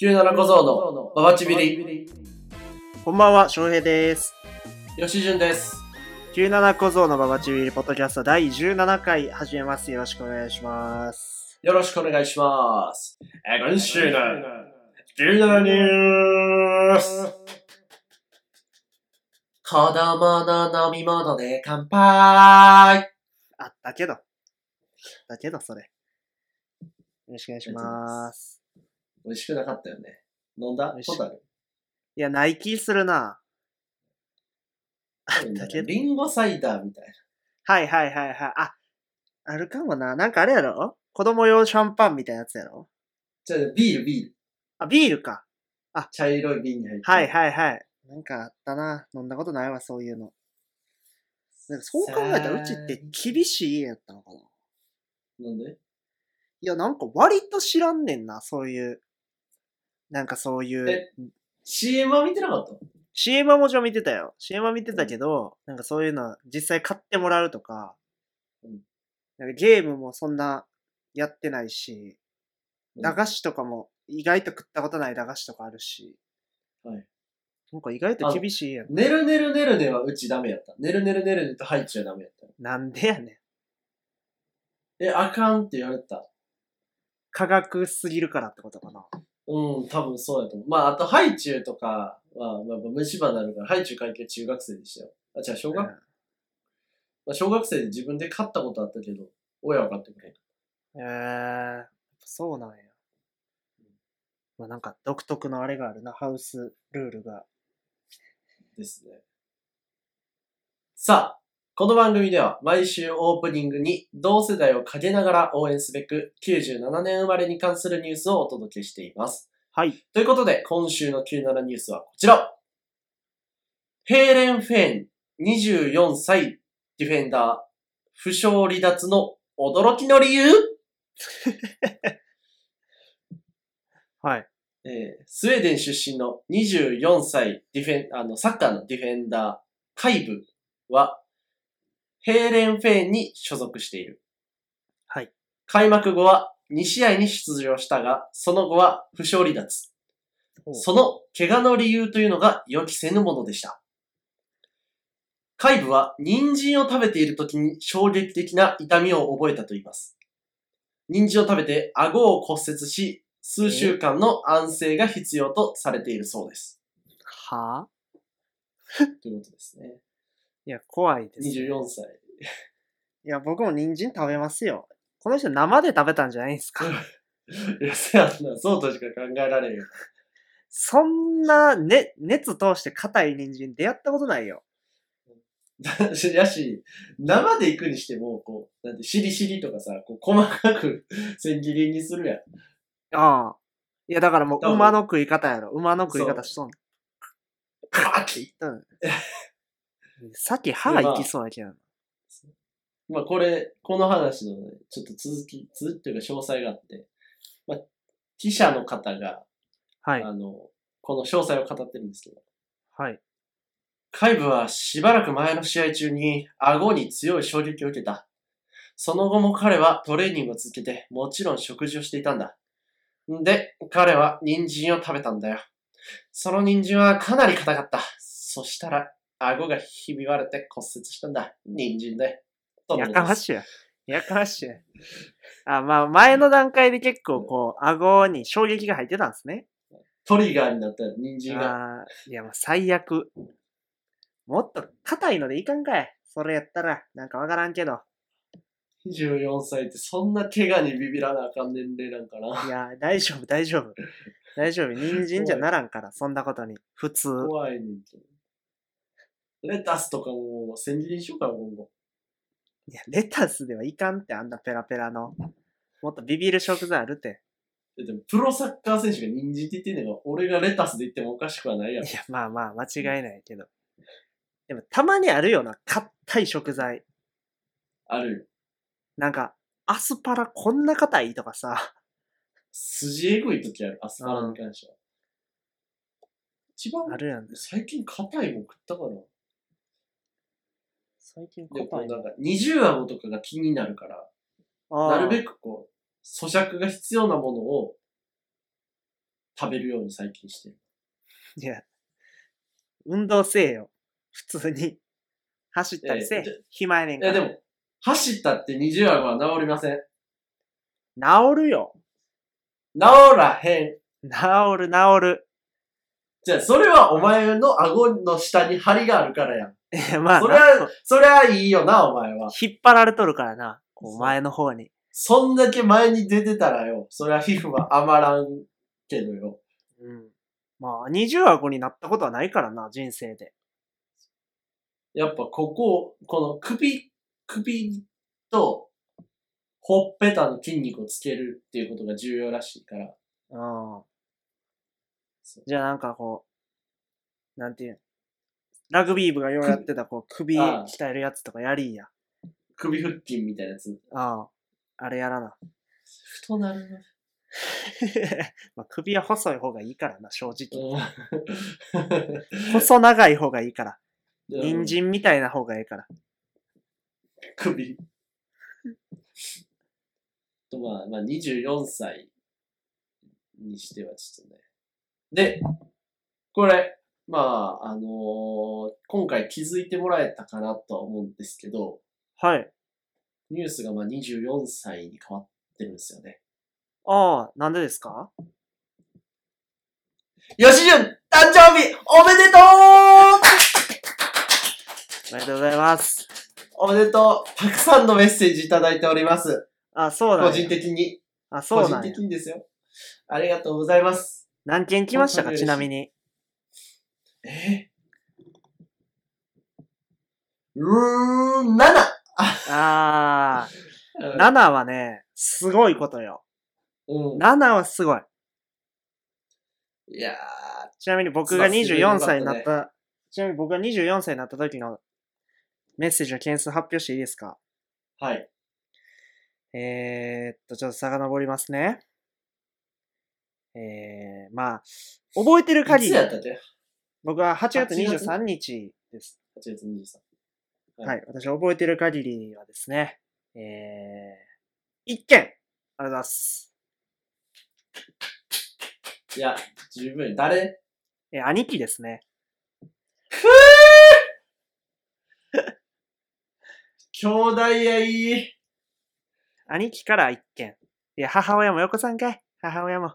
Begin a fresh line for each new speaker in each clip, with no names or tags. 17小僧のババチビリ。
こんばんは、翔平です。
吉潤です。
97小僧のババチビリポッドキャスト第17回始めます。よろしくお願いします。
よろしくお願いします。えー、今週の17ニュース。子供の飲み物で乾杯。
あ、だけど。だけど、それ。よろしくお願いします。
美味しくなかったよね。飲んだ
美味しい
そうだね。
いや、ナイキするな。
だ
けど
リンゴサイダーみたいな。
はいはいはいはい。あ、あるかもな。なんかあれやろ子供用シャンパンみたいなやつやろ
じゃあビール、ビール。
あ、ビールか。
茶色い瓶に入って。
はいはいはい。なんかあったな。飲んだことないわ、そういうの。でもそう考えたら、うちって厳しい家やったのかな。
なんで
いや、なんか割と知らんねんな、そういう。なんかそういう。
え ?CM は見てなかった
CM はもちろん見てたよ。CM は見てたけど、なんかそういうの実際買ってもらうとか
うん、
なんかゲームもそんなやってないし、
うん
駄菓子とかも意外と食ったことない駄菓子とかあるし、
はい
なんか意外と厳しいやん。
ねるねるねるねはうちダメやった。ねるねるねるねとハイチュウはダメやった。
なんでやねん。
え、あかんって言われた。
科学すぎるからってことかな。
うん、多分そうやと思う。まあ、あと、ハイチュウとかは、まあ、虫歯になるから、ハイチュウ会計中学生でしたよ。あ、違う、小学、
うん
まあ、小学生で自分で買ったことあったけど、親は買ってくれん。
えー、そうなんや。まあなんか独特のあれがあるな、ハウスルールが。
ですね。さあ、この番組では毎週オープニングに同世代を陰ながら応援すべく97年生まれに関するニュースをお届けしています。
はい。
ということで、今週の97ニュースはこちら。ヘーレン・フェン、24歳、ディフェンダー、負傷離脱の驚きの理由、
はい。
えースウェーデン出身の24歳、ディフェン、あの、サッカーのディフェンダー、カイブは、ヘーレン・フェンに所属している。
はい。
開幕後は2試合に出場したが、その後は負傷離脱。その怪我の理由というのが予期せぬものでした。カイブは人参を食べている時に衝撃的な痛みを覚えたと言います。人参を食べて顎を骨折し、数週間の安静が必要とされているそうです。
はあ
ということですね。
いや、怖いです。い
24歳。
や、僕も人参食べますよ。この人生で食べたんじゃないんですか
いや、せやんな。そうとしか考えられんよ。
そんな、ね、熱通して硬い人参出会ったことないよ。
やし、生で行くにしても、こう、なんて、しりしりとかさ、こう、細かく千切りにするやん。
ああ。いや、だからもう
多分
馬の食い方やろ。馬の食い方しとん。
カキ
うん。さっき歯行きそうやけど。
まあこれ、この話のね、ちょっと続き、続きというか詳細があって、まあ、記者の方が、
はい。
あの、この詳細を語ってるんですけど、
はい。
カイブはしばらく前の試合中に顎に強い衝撃を受けた。その後も彼はトレーニングを続けて、もちろん食事をしていたんだ。んで、彼は人参を食べたんだよ。その人参はかなり硬かった。そしたら、顎がひび割れて骨折したんだ。人参で。との
や
こと
か
で
ますしいわ。やかましいわ。あ、まあ、前の段階で結構こう、顎に衝撃が入ってたんですね。
トリガーになった人参が。
あーいや、もう最悪。もっと硬いのでいかんかい。それやったら、なんかわからんけど。
24歳ってそんな怪我にビビらなあかん年齢なんかな。
いや、大丈夫、大丈夫。大丈夫。人参じゃならんから、そんなことに。普通。
怖いねんけど。レタスとかも千切りにしようかな、今後。
いや、レタスではいかんって、あんなペラペラの。もっとビビる食材あるって。
えでも、プロサッカー選手が人参って言ってんねんから、俺がレタスで言ってもおかしくはないや
い
ん。
や、まあまあ、間違いないけど。でも、たまにあるよな。硬い食材。
あるよ。
なんか、アスパラこんな硬いとか さ、
筋えぐい時ある、アスパラに関しては。一番
あ、るやん。
最近硬いもん食ったかな。
最近
でもこう
な
なんか、二重顎とかが気になるから、なるべ
く。
くこう、咀嚼が必要なものを食べるように最近してる。
いや、運動せえよ。普通に。走ったりせえ
ええで。
暇やねん
い
か
や、で
ら。
も、走ったって20割は治りません。
治るよ。
治らへん。
治る、治る。
じゃあ、それはお前の顎の下に針があるからやん。
いやまあ
そ
な
れは、それはいいよな、お前は。
引っ張られとるからな。こ
そうう
前の方に。
そんだけ前に出てたらよ、それは皮膚は余らんけどよ。
うん。まあ、20箱になったことはないからな、人生で。
やっぱここ、この首、首と、ほっぺたの筋肉をつけるっていうことが重要らしいから。
うん
そう。
じゃあなんかこう、なんていうのラグビー部がようやってた、こう、首
ああ
鍛えるやつとかやりーや。
首腹筋みたいなやつ。
ああ。あれ やらな。
太なるな。
まあ、首は細い方がいいからな、正直。
う
細長い方がいいから。
ん
人参みたいな方がいいから。
首。と、まあ、まあ、24歳にしてはちょっとね。で、これ、まあ、あのー今回気づいてもらえたかなとは思うんですけど、
はい。
ニュースがまあ24歳に変わってるんですよね。
ああ、なんでですか
よしじゅん誕生日おめでとう
おめでとうございます。
おめでとうたくさんのメッセージいただいております。
あ、そうなんや
個人的に。
あ、そ
個
う
人
なんや
的。にですよ。ありがとうございます。
何件来ました
本当
か
に嬉し
ち
い
なみに。
えうーん、7!
ああ、7はね、すごいことよ。
うん。
7はすごい。
いやー、
ちなみに僕が
さすがによか
24
ったね
歳になった、ちなみに僕が24歳になった時のメッセージの件数発表していいですか
はい。
えー、っと、ちょっと遡りますね。えー、まあ、覚えてる
い
限
つ
り、
やったっけ
僕は8月
8月
23日です。
?8 月23はい
はい、私覚えてる限りはですね、えー、1件、ありがとうございます。
いや、十分。誰
えー、兄貴ですね。
兄弟やいい。
兄貴から一件。いや、母親も横さんかい母親も。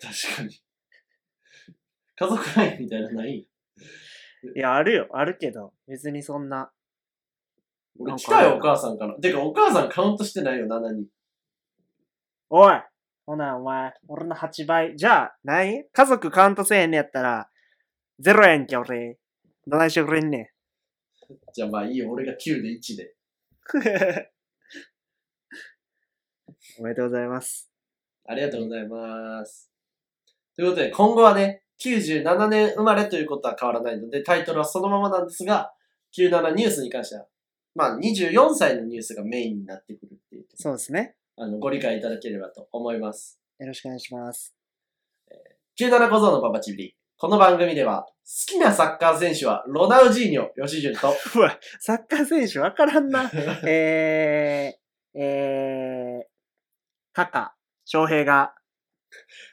確かに。家族愛みたいなのない
いや、あるよ、あるけど、別にそんな。
俺来たよ、お母さんから。てか、お母さんカウントしてないよ、7に。
おいほな、お前、俺の8倍。じゃあ、何家族カウントせえへんねやったら、ゼロやんけ、俺。どないしてくれん ね
じゃあまあいいよ、俺が9で1で。
ん。おめでとうございます。
ありがとうございます。ということで、今後はね、97年生まれということは変わらないので、タイトルはそのままなんですが、97ニュースに関しては、まあ、24歳のニュースがメインになってくるっていう、
そうですね。
あの、ご理解いただければと思います。
よろしくお願いします。
97小僧のパパチビリ。この番組では、好きなサッカー選手は、ロナウジーニョ、ヨシジュンと、
うわ、サッカー選手わからんな。 えー、えー、カカ、翔平が、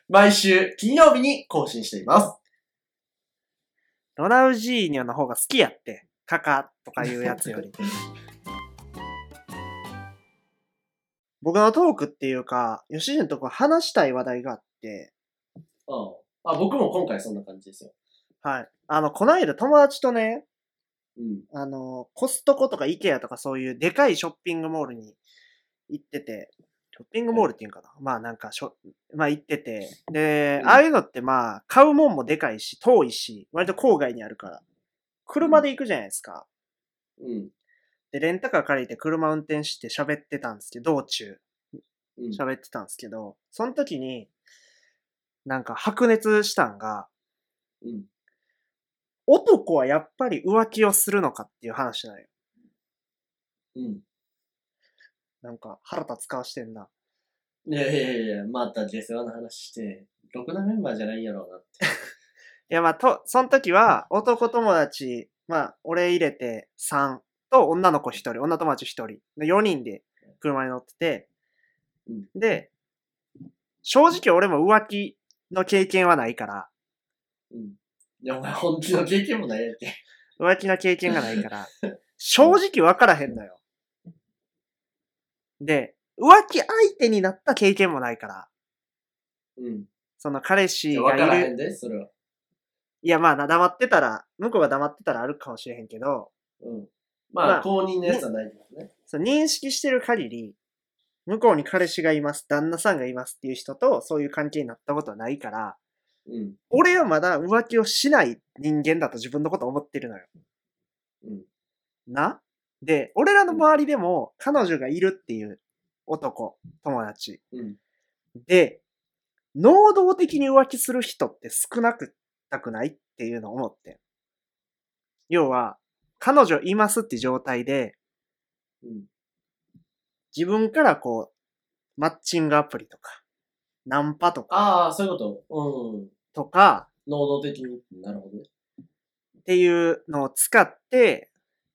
毎週金曜日に更新しています。
ロナウジーニョの方が好きやって。カカとかいうやつより。僕のトークっていうか、吉純とこう話したい話題があって、
うん。あ、僕も今回そんな感じですよ。
はい。あの、こないだ友達とね、
うん。
あの、コストコとかイケアとかそういうでかいショッピングモールに行ってて、ショッピングモールっていうんかな、まあなんかしょ、まあ行ってて、で、
うん
ああいうのってまあ買うもんもでかいし、遠いし、割と郊外にあるから、車で行くじゃないですか。
うん。
で、レンタカー借りて車運転して喋ってたんですけど、道中
うん。
喋ってたんですけど、その時に、なんか白熱したんが、
うん。
男はやっぱり浮気をするのかっていう話なんよ。
うん。
なんか腹立つ顔してんな。
いやいやいや、また下世話の話して、ろくなメンバーじゃないんやろうなって。
いやまあ、と、その時は男友達、まあ、俺入れて3と女の子1人、女友達1人の4人で車に乗ってて
うん、
で、正直俺も浮気の経験はないから、
うん。いや、お前本気の経験もないやんけ。
浮気の経験がな いから、正直分からへんのよ。で、浮気相手になった経験もないから、
うん。
その彼
い
氏
や、わから
がい
へ
る。
んで、それは。
いや、まあな、黙ってたら、向こうが黙ってたらあるかもしれへんけど、
うん。ま
ま
あ、
あ
公認のやつはないけどね。
その認識してる限り、向こうに彼氏がいます、旦那さんがいますっていう人と、そういう関係になったことはないから、
うん。
俺はまだ浮気をしない人間だと自分のこと思ってるのよ。
うん。
なで、俺らの周りでも彼女がいるっていう男、友達。
うん。
で、能動的に浮気する人って少なくたくないっていうのを思ってん。要は、彼女いますって状態で、
うん。
自分からこう、マッチングアプリとか、ナンパとか、
ああ、そういうこと。うん。
とか、
能動的に。なるほどね。
っていうのを使って、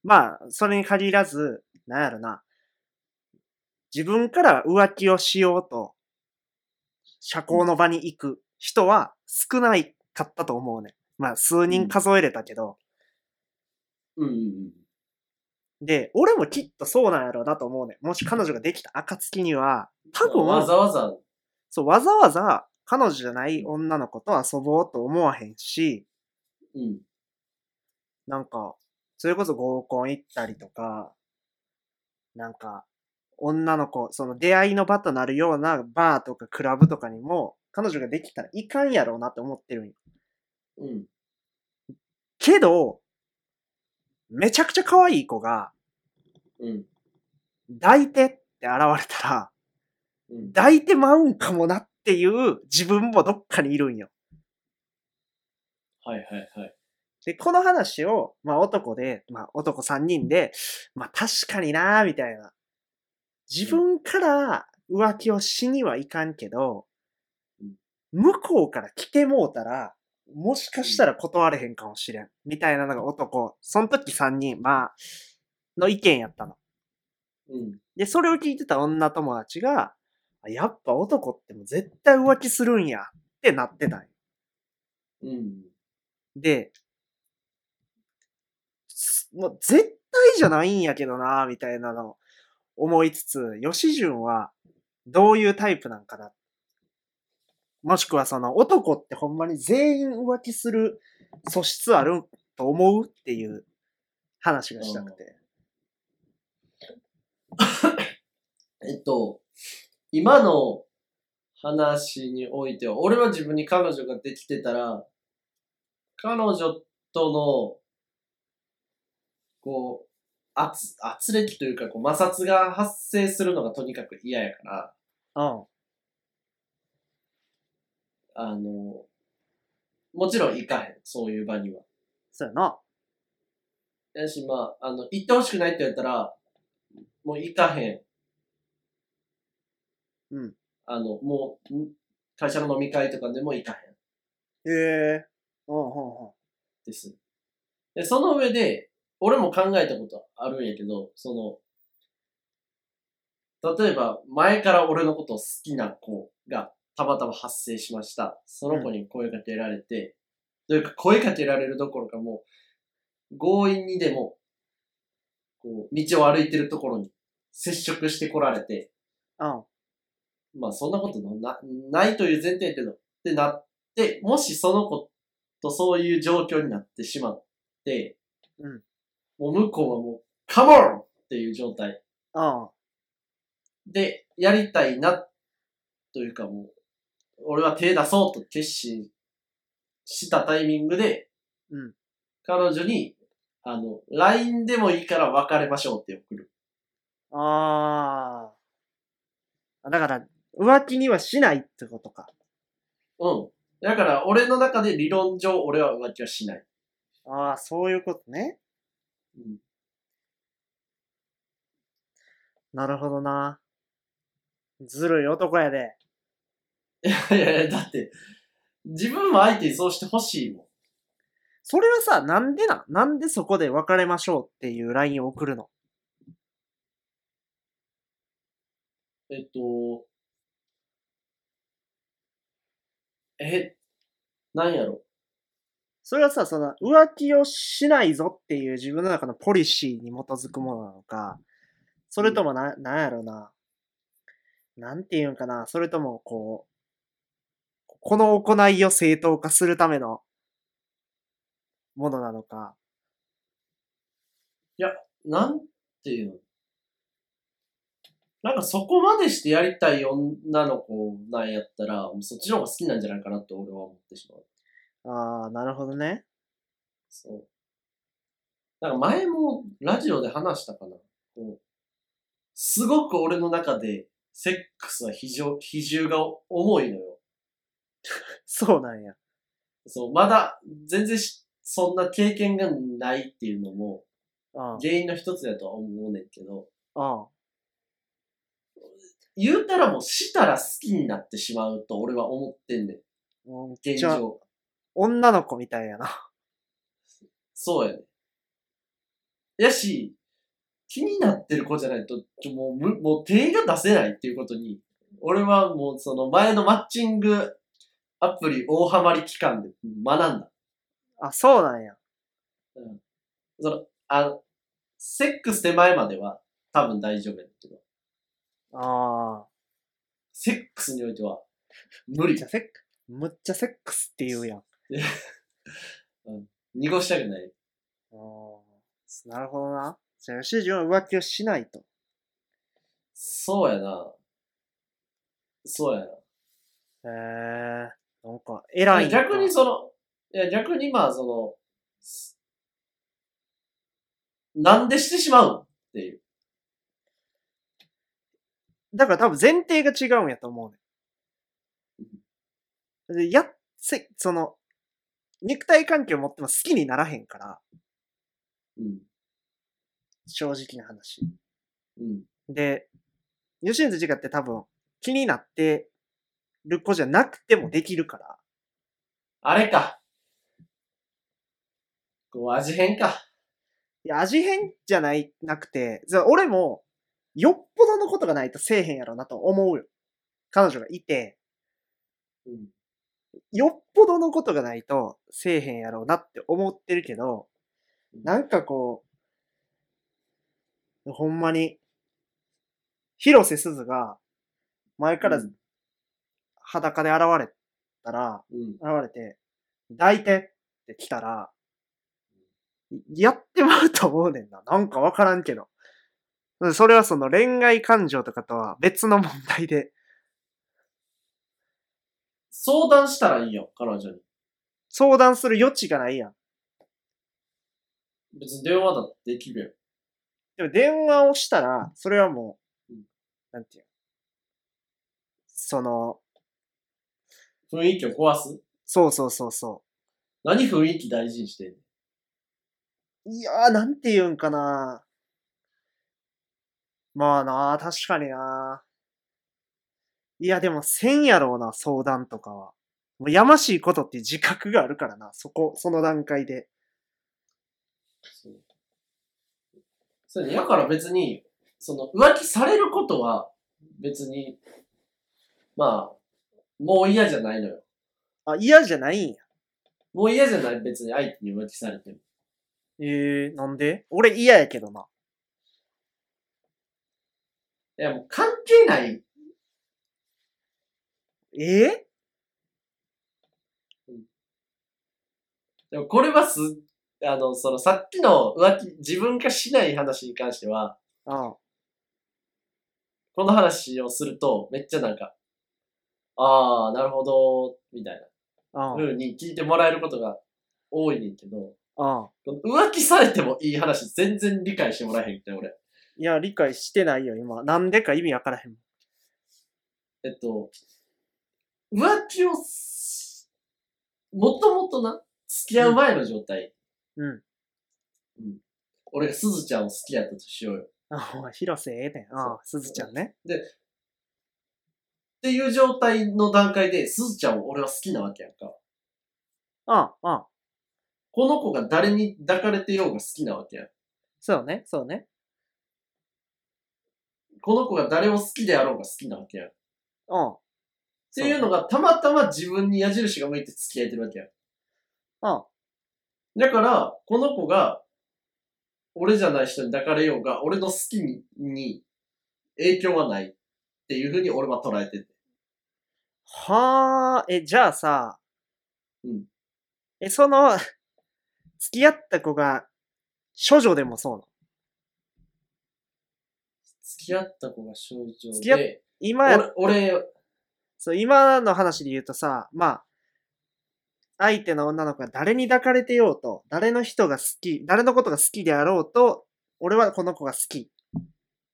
まあ、それに限らず、なんやろな、自分から浮気をしようと、社交の場に行く人は少ないかったと思うね。まあ、数人数えれたけど、
うんうんうん。
で、俺もきっとそうなんやろうなと思うね。もし彼女ができた暁には、多分、
わざわざ、
そう、わざわざ彼女じゃない女の子と遊ぼうと思わへんし、
うん。
なんか、それこそ合コン行ったりとか、なんか、女の子、その出会いの場となるようなバーとかクラブとかにも、彼女ができたらいかんやろうなって思ってるんよ
うん。
けど、めちゃくちゃ可愛い子が、
うん。
抱いてって現れたら、
うん。
抱いてまうんかもなっていう自分もどっかにいるんよ。
はいはいはい。
で、この話を、まあ男で、まあ男3人で、まあ確かになーみたいな。自分から浮気をしにはいかんけど
うん、
向こうから来てもうたら、もしかしたら断れへんかもしれん。みたいなのが男、その時3人、まあ、の意見やったの。
うん。
で、それを聞いてた女友達が、あやっぱ男ってもう絶対浮気するんやってなってたんよ
うん。
で、すもう絶対じゃないんやけどな、みたいなのを思いつつ、吉純はどういうタイプなんかな。もしくはその男ってほんまに全員浮気する素質あると思うっていう話がしたくて。
えっと、今の話においては、俺は自分に彼女ができてたら、彼女との、こう、圧、圧力というか、こう、摩擦が発生するのがとにかく嫌やから、
うん。
あの、もちろん行かへん、そういう場には。
そうやな。
やし、まあ、あの、行ってほしくないって言ったら、もう行かへん。
うん。
あの、もう、ん会社の飲み会とかでも行かへん。
ええうんうんうん。
です。で、その上で、俺も考えたことあるんやけど、その、例えば、前から俺のことを好きな子がたまたま発生しました。その子に声かけられて、というか声かけられるどころかもう、強引にでも、こう、道を歩いてるところに接触してこられて、
うん。
まあそんなことなないという前提やけど、ってなって、もしその子とそういう状況になってしまって、
うん
もう向こうはもう、カモンっていう状態
うん。
で、やりたいな、というかもう、俺は手出そうと決心したタイミングで、
うん
彼女に、あの、LINE でもいいから別れましょうって送る。
ああ。だから、浮気にはしないってことか。
うん。だから、俺の中で理論上俺は浮気はしない。
ああ、そういうことね。
うん
なるほどな。ずるい男やで。
いやい や、だって、自分も相手にそうしてほしいもん。
それはさ、なんでななんでそこで別れましょうっていう LINE を送るの
えっと、え、なんやろ。
それはさ、その、浮気をしないぞっていう自分の中のポリシーに基づくものなのか、それともな、なんやろな、なんていうんかな、それともこう、この行いを正当化するためのものなのか、
なんていうのなんかそこまでしてやりたい女の子なんやったら、もうそっちの方が好きなんじゃないかなって俺は思ってしまう。
ああ、なるほどね。
そう。なんか前もラジオで話したかな。こうすごく俺の中でセックスは比重比重が重いのよ。
そうなんや。
そう、まだ全然しそんな経験がないっていうのも
うん。
原因の一つだとは思うねんけど、
うん。
言うたらもうしたら好きになってしまうと俺は思ってんねん。
うん
現
じゃあ
状。
女の子みたいやな。
そうやね。やし、気になってる子じゃないと、ちょもうむ、もう手が出せないっていうことに、俺はもうその前のマッチングアプリ大ハマり期間で学んだ。
あ、そうなんや。
その、あ、セックス手前までは多分大丈夫やけど、
あ
セックスにおいては無
あ。
理
じゃ。あセック、むっちゃセックスって言うやん。あ
濁したくない。
あ。なるほどな。じゃあ、吉純は浮気をしないと。
そうやな。そうやな。
へえ。なんか、偉いな。
逆にその、いや逆にまあその、すなんでしてしまうっていう。
だから多分前提が違うんやと思うねん。でやっせ、その、肉体関係を持っても好きにならへんから、
うん。
正直な話。
うん。で、
で、吉野と違って多分、気になってる子じゃなくてもできるから。
あれか。こう味変か。
いや、味変じゃない、なくて、そう俺も、よっぽどのことがないとせえへんやろなと思うよ。彼女がいて、
うん。
よっぽどのことがないとせえへんやろうなって思ってるけど、なんかこう、ほんまに、広瀬すずが前から
うん
裸で現れたら、
うん。
現れて、抱いてって来たら、やってまうと思うねんな。なんかわからんけど。うんそれはその恋愛感情とかとは別の問題で、
相談したらいいよ、彼女に。
相談する余地がないやん。
別に電話だってできるよ。
でも電話をしたら、それはもう
うん、
なんていうのその、
雰囲気を壊す
そうそうそうそ
何雰囲気大事にしてんの
う。いやー、なんて言うんかな。まあなあ、確かにな。いや、でも、せんやろうな、相談とかは。もう、やましいことっていう自覚があるからな、そこ、その段階で。
そう。それねだから別に、その浮気されることは別に、まあ、もう嫌じゃないのよ。
あ、嫌じゃないんや。
もう嫌じゃない別に相手に浮気されても。
ええなんで俺嫌やけどな。
いやもう関係ない。
ええ
でもこれはす、あの、そのさっきの浮気、自分がしない話に関しては、
ああ、
この話をするとめっちゃなんか、ああ、なるほど、みたい
あ
な
あ、
風に聞いてもらえることが多いねんけど、
ああ。
浮気されてもいい話全然理解してもらえへんって俺。
いや、理解してないよ、今。なんでか意味わからへん。
えっと、浮気をす、もともとな、付き合う前の状態。
うんうん
うん俺がすずちゃんを好きやったとしようよ。っ
ああ、広瀬ええねん。ああ、すずちゃんね。
ていう状態の段階で、すずちゃんを俺は好きなわけやんか。
ああ、ああ。
この子が誰に抱かれてようが好きなわけやん。
そうね、そうね。
この子が誰を好きであろうが好きなわけやん。
うん。
ていうのが、たまたま自分に矢印が向いて付き合えてるわけや。
うん。
だから、この子が、俺じゃない人に抱かれようが、俺の好きにに影響はないっていうふうに俺は捉えてる。
はあ、え、じゃあさ、
うん。
え、その、付き合った子が、処女でもそうなの。
付き合った子が少女で、
付き合っ今や
俺、俺、
そう、今の話で言うとさ、まあ、相手の女の子が誰に抱かれてようと、誰の人が好き、誰のことが好きであろうと、俺はこの子が好きっ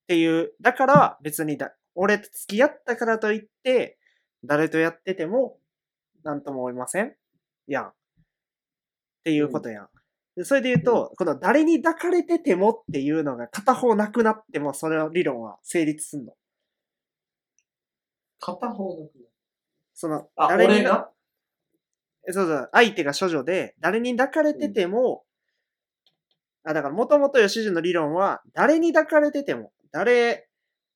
ていう、だから別にだ、俺と付き合ったからといって、誰とやってても、なんとも思いませんやん。っていうことやん。でそれで言うと、この誰に抱かれててもっていうのが片方なくなっても、それの理論は成立すんの。
片方の子
その、
あ、
誰に
俺が
えそうそう、相手が処女で、誰に抱かれてても、あ、だから、もともと吉純の理論は、誰に抱かれてても、誰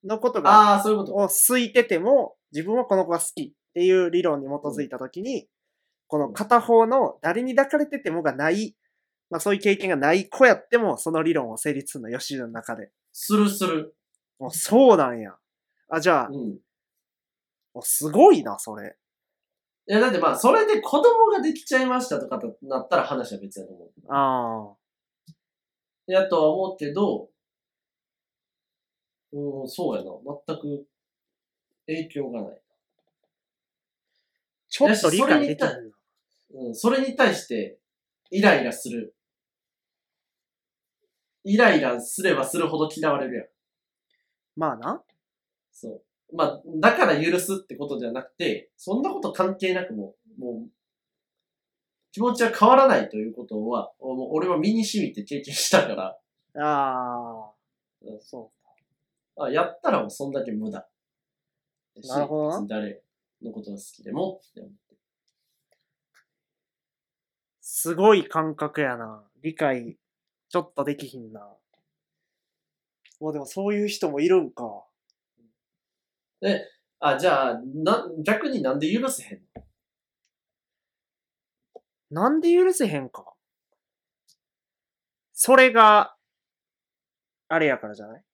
のことが、
ああ、そういうこと。
を好いてても、自分はこの子が好きっていう理論に基づいたときに、この片方の誰に抱かれててもがない、まあそういう経験がない子やっても、その理論を成立するの、吉純の中で。
するする。
もうそうなんや。あ、じゃあ、
うん。い
おすごいな、それ。
や、だってまあ、それで子供ができちゃいましたとかとなったら話は別やと思う。
ああ。
やとは思うけど、うん、そうやな。全く影響がない。
ちょっと理解でき
いやそれに対
る
うん、それに対して、イライラする。イライラすればするほど嫌われるやん。
まあな。
そう。まあ、だから許すってことじゃなくて、そんなこと関係なくもう、もう、気持ちは変わらないということは、もう俺は身に染みて経験したから、
ああ。
うん
そ
あやったらもうそんだけ無駄。
なるほどな
別に誰のことが好きでもって思う
すごい感覚やな。理解、ちょっとできひんな。もうでもそういう人もいるんか。
あ、じゃあ、な、逆になんで許せへん
なんで許せへんか。それが、あれやからじゃない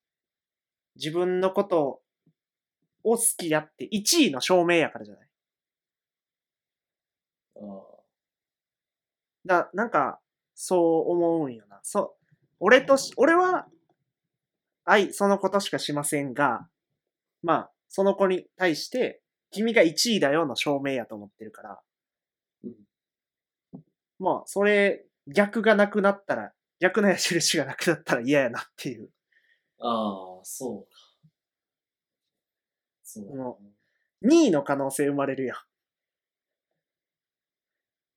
自分のことを好きやって、1位の証明やからじゃない
の
だ、なんか、そう思うんよな。そう。俺とし、俺は、愛、そのことしかしませんが、まあ、その子に対して、君が1位だよの証明やと思ってるから
うん。
まあ、それ、逆がなくなったら、逆の矢印がなくなったら嫌やなっていう。
ああ、ああ、そうか。そうだな
も2位の可能性生まれるやん。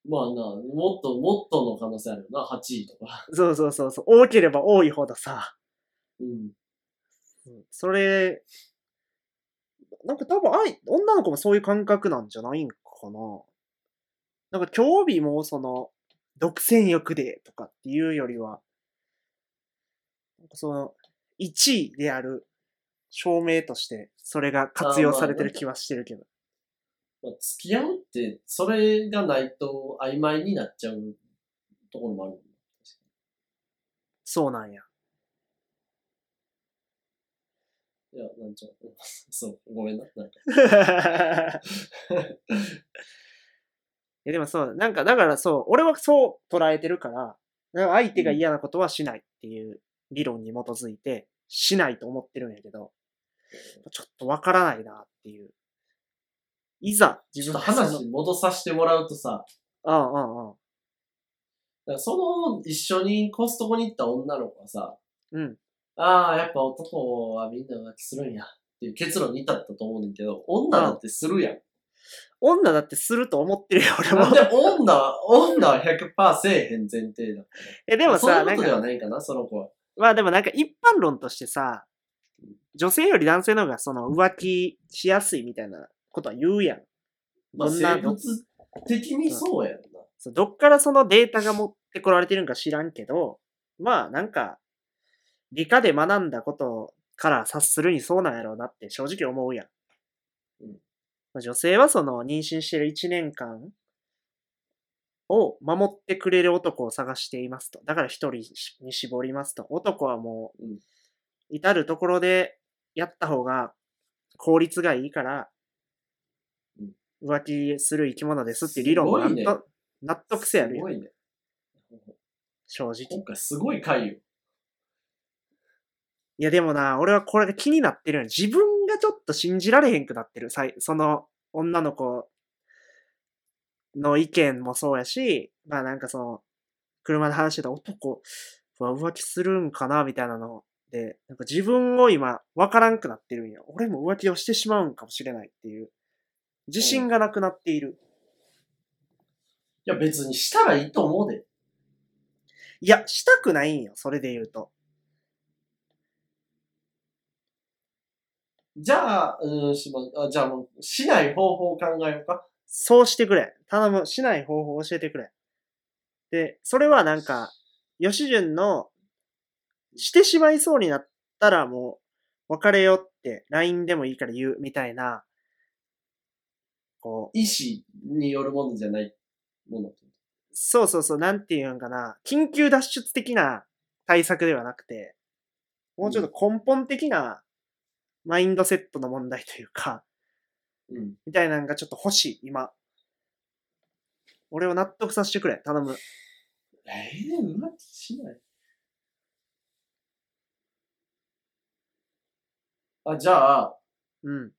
まあな、もっと、もっとの可能性あるよな、8位とか。
そうそうそうそう。多ければ多いほどさ、
うん。
それ、なんか多分愛、女の子もそういう感覚なんじゃないんかな。なんか興味もその、独占欲でとかっていうよりは、なんかその、1位である証明として、それが活用されてる気はしてるけど。
まあ、付き合うって、それがないと曖昧になっちゃうところもある。
そうなんや。
いや、なんちゃう。 そう、ごめんな。なんか
い やでもそう、なんかだからそう、俺はそう捉えてるから、なんか相手が嫌なことはしないっていう理論に基づいて、しないと思ってるんやけど、ちょっとわからないなっていう。いざ、
ち
自
ょっ
分
と
がそ
話戻させてもらうとさ、
のうんうんうん。
だからその一緒にコストコに行った女の子はさ、
うん。
ああ、やっぱ男はみんな浮気するんやっていう結論に至ったと思うねんだけど、女だってするやん。
女だってすると思ってるよ、俺
なん
も。
で女は、女は100%せえへん前提だ。
え、でも
そうい
さ、
うこ
なん
とでは
か、
ないかな、その子は。
まあでもなんか一般論としてさ、女性より男性の方がその浮気しやすいみたいなことは言うやん。
まあ、
どんな
生物的にそうやんな。
そうどっからそのデータが持ってこられてるんか知らんけど、まあなんか、理科で学んだことから察するにそうなんやろうなって正直思うやん。
うん
まあ女性はその妊娠してる1年間を守ってくれる男を探していますと。だから一人に絞りますと。男はもう
うん、
至るところでやった方が効率がいいから
うん、
浮気する生き物ですっていう理論を
すごいね
納得納得せやる
す
よ
ご、いね。
正直。
今回すごい回よ。
いやでもな、俺はこれが気になってるよね。自分がちょっと信じられへんくなってる。さいその女の子の意見もそうやし、まあなんかその、車で話してた男は浮気するんかなみたいなので、なんか自分を今分からんくなってるんよ。俺も浮気をしてしまうんかもしれないっていう。自信がなくなっている。
いや、別にしたらいいと思うで。
いや、したくないんよ。それで言うと。
じゃあ、うん、しま、あじゃあもう、しない方法を考えようか。
そうしてくれ。頼む。しない方法を教えてくれ。で、それはなんか、吉純の、してしまいそうになったらもう、別れよって、LINE でもいいから言う、みたいな、こう、
意思によるものじゃないもの。
そうそうそう、なんていうんかな、緊急脱出的な対策ではなくて、もうちょっと根本的な、マインドセットの問題というか、
うん。
みたいなのがちょっと欲しい、今。俺を納得させてくれ、頼む。
ええー、浮気しない。あ、じゃあ、
うん。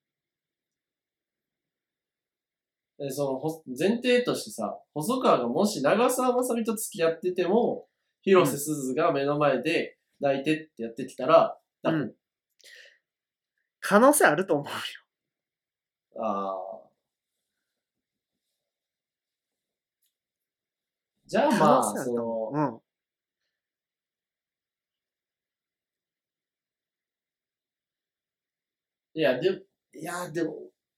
えそのほ、前提としてさ、細川がもし長澤まさみと付き合ってても、広瀬すずが目の前で抱いてってやってきたら、
う
抱く
ん。可能性あると思うよ。
ああ。じゃあま
可能性
あ、
あ
そ
ると
の、
うん。
いや、でも、いや、でも、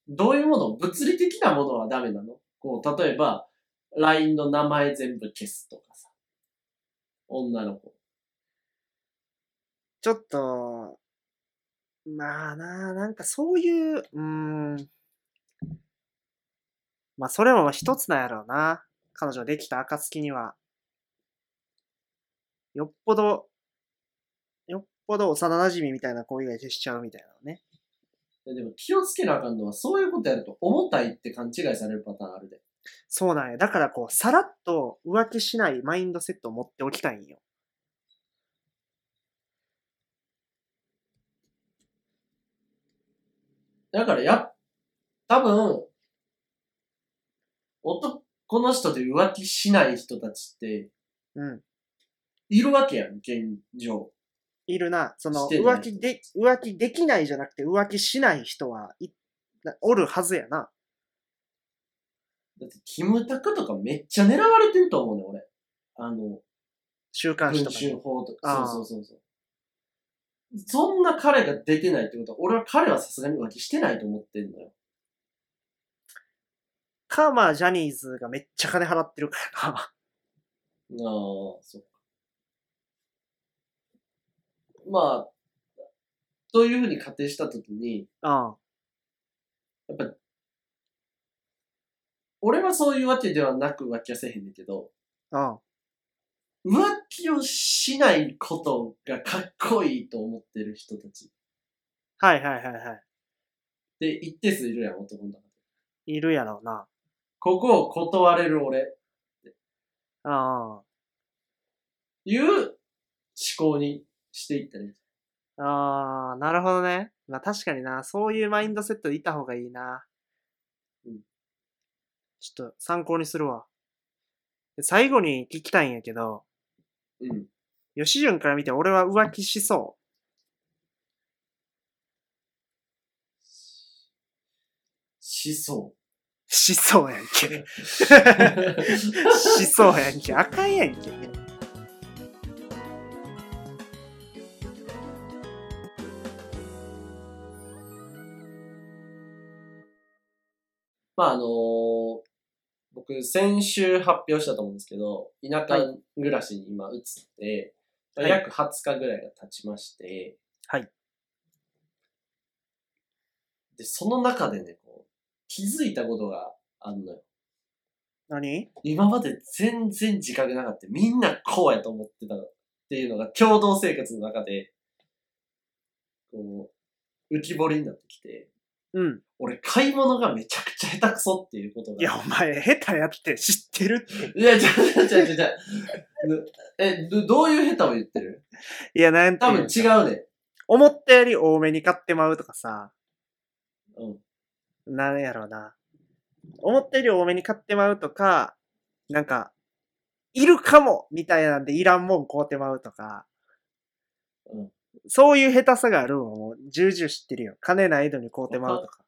どういうもの物理的なものはダメなのこう、例えば、LINE の名前全部消すとかさ。女の子。
ちょっと、まあな、なんかそういう、うーん。まあそれも一つなんやろうな。彼女できた暁には。よっぽど、よっぽど幼馴染みたいな子以外消しちゃうみたいなのね。
いやでも気をつけなあかんのは、そういうことやると重たいって勘違いされるパターンあるで。
そうなんや。だからこう、さらっと浮気しないマインドセットを持っておきたいんよ。
だからや、多分、男の人で浮気しない人たちって、
うん。
いるわけやん、現状。
いるな。その、
してない
浮気で、浮気できないじゃなくて、浮気しない人は、い、なおるはずやな。
だって、キムタクとかめっちゃ狙われてると思うね、俺。あの、
週刊誌
文
とか
春
に。
法と
あ
か。
あ
そうそうそうそう。そんな彼が出てないってことは、俺は彼はさすがに浮気してないと思ってんのよ。
か、まあ、ジャニーズがめっちゃ金払ってるからな。
ああ、そっか。まあ、というふうに仮定したときに、
ああ
やっぱ、俺はそういうわけではなく浮気はせえへんねんけど、
ああ
浮気をしないことがかっこいいと思ってる人たちっ
はいはいはいは
て一定数いるやん、男の中で。
い。いるやろうな。
ここを断れる俺、
あ
いう思考にしていったね。
あ。ああ、なるほどね。まあ確かにな、そういうマインドセットでいた方がいいな。
うん。
ちょっと参考にするわ。で最後に聞きたいんやけど、
うん。
吉純から見て俺は浮気しそう。
しそ
しそうやんけ。
う。
しそうやんけ。あかんやんけ。
まああのー僕先週発表したと思うんですけど、田舎暮らしに今移って、まあ
はい
約20日ぐらいが経ちまして、
はい。
で、その中でね、こう、気づいたことがあんのよ。
何
今まで全然自覚なかった。みんなこうやと思ってたっていうのが共同生活の中で、こう、浮き彫りになってきて、
うん。
俺買い物がめちゃくちゃ下手くそっていうことが。
いや、お前、下手やって知ってるって。
いや、ちゃちゃちゃちゃちゃ。え、どどういう下手を言ってる
いや、なんてい
多
う
分
の
違うね。
思ったより多めに買ってまうとかさ。
うん。
なんやろうな。思ったより多めに買ってまうとか、なんか、いるかもみたいなんでいらんもん買うてまうとか。
うん。
そういう下手さがあるもん。もう重々知ってるよ。金ないのに買うてまうとか。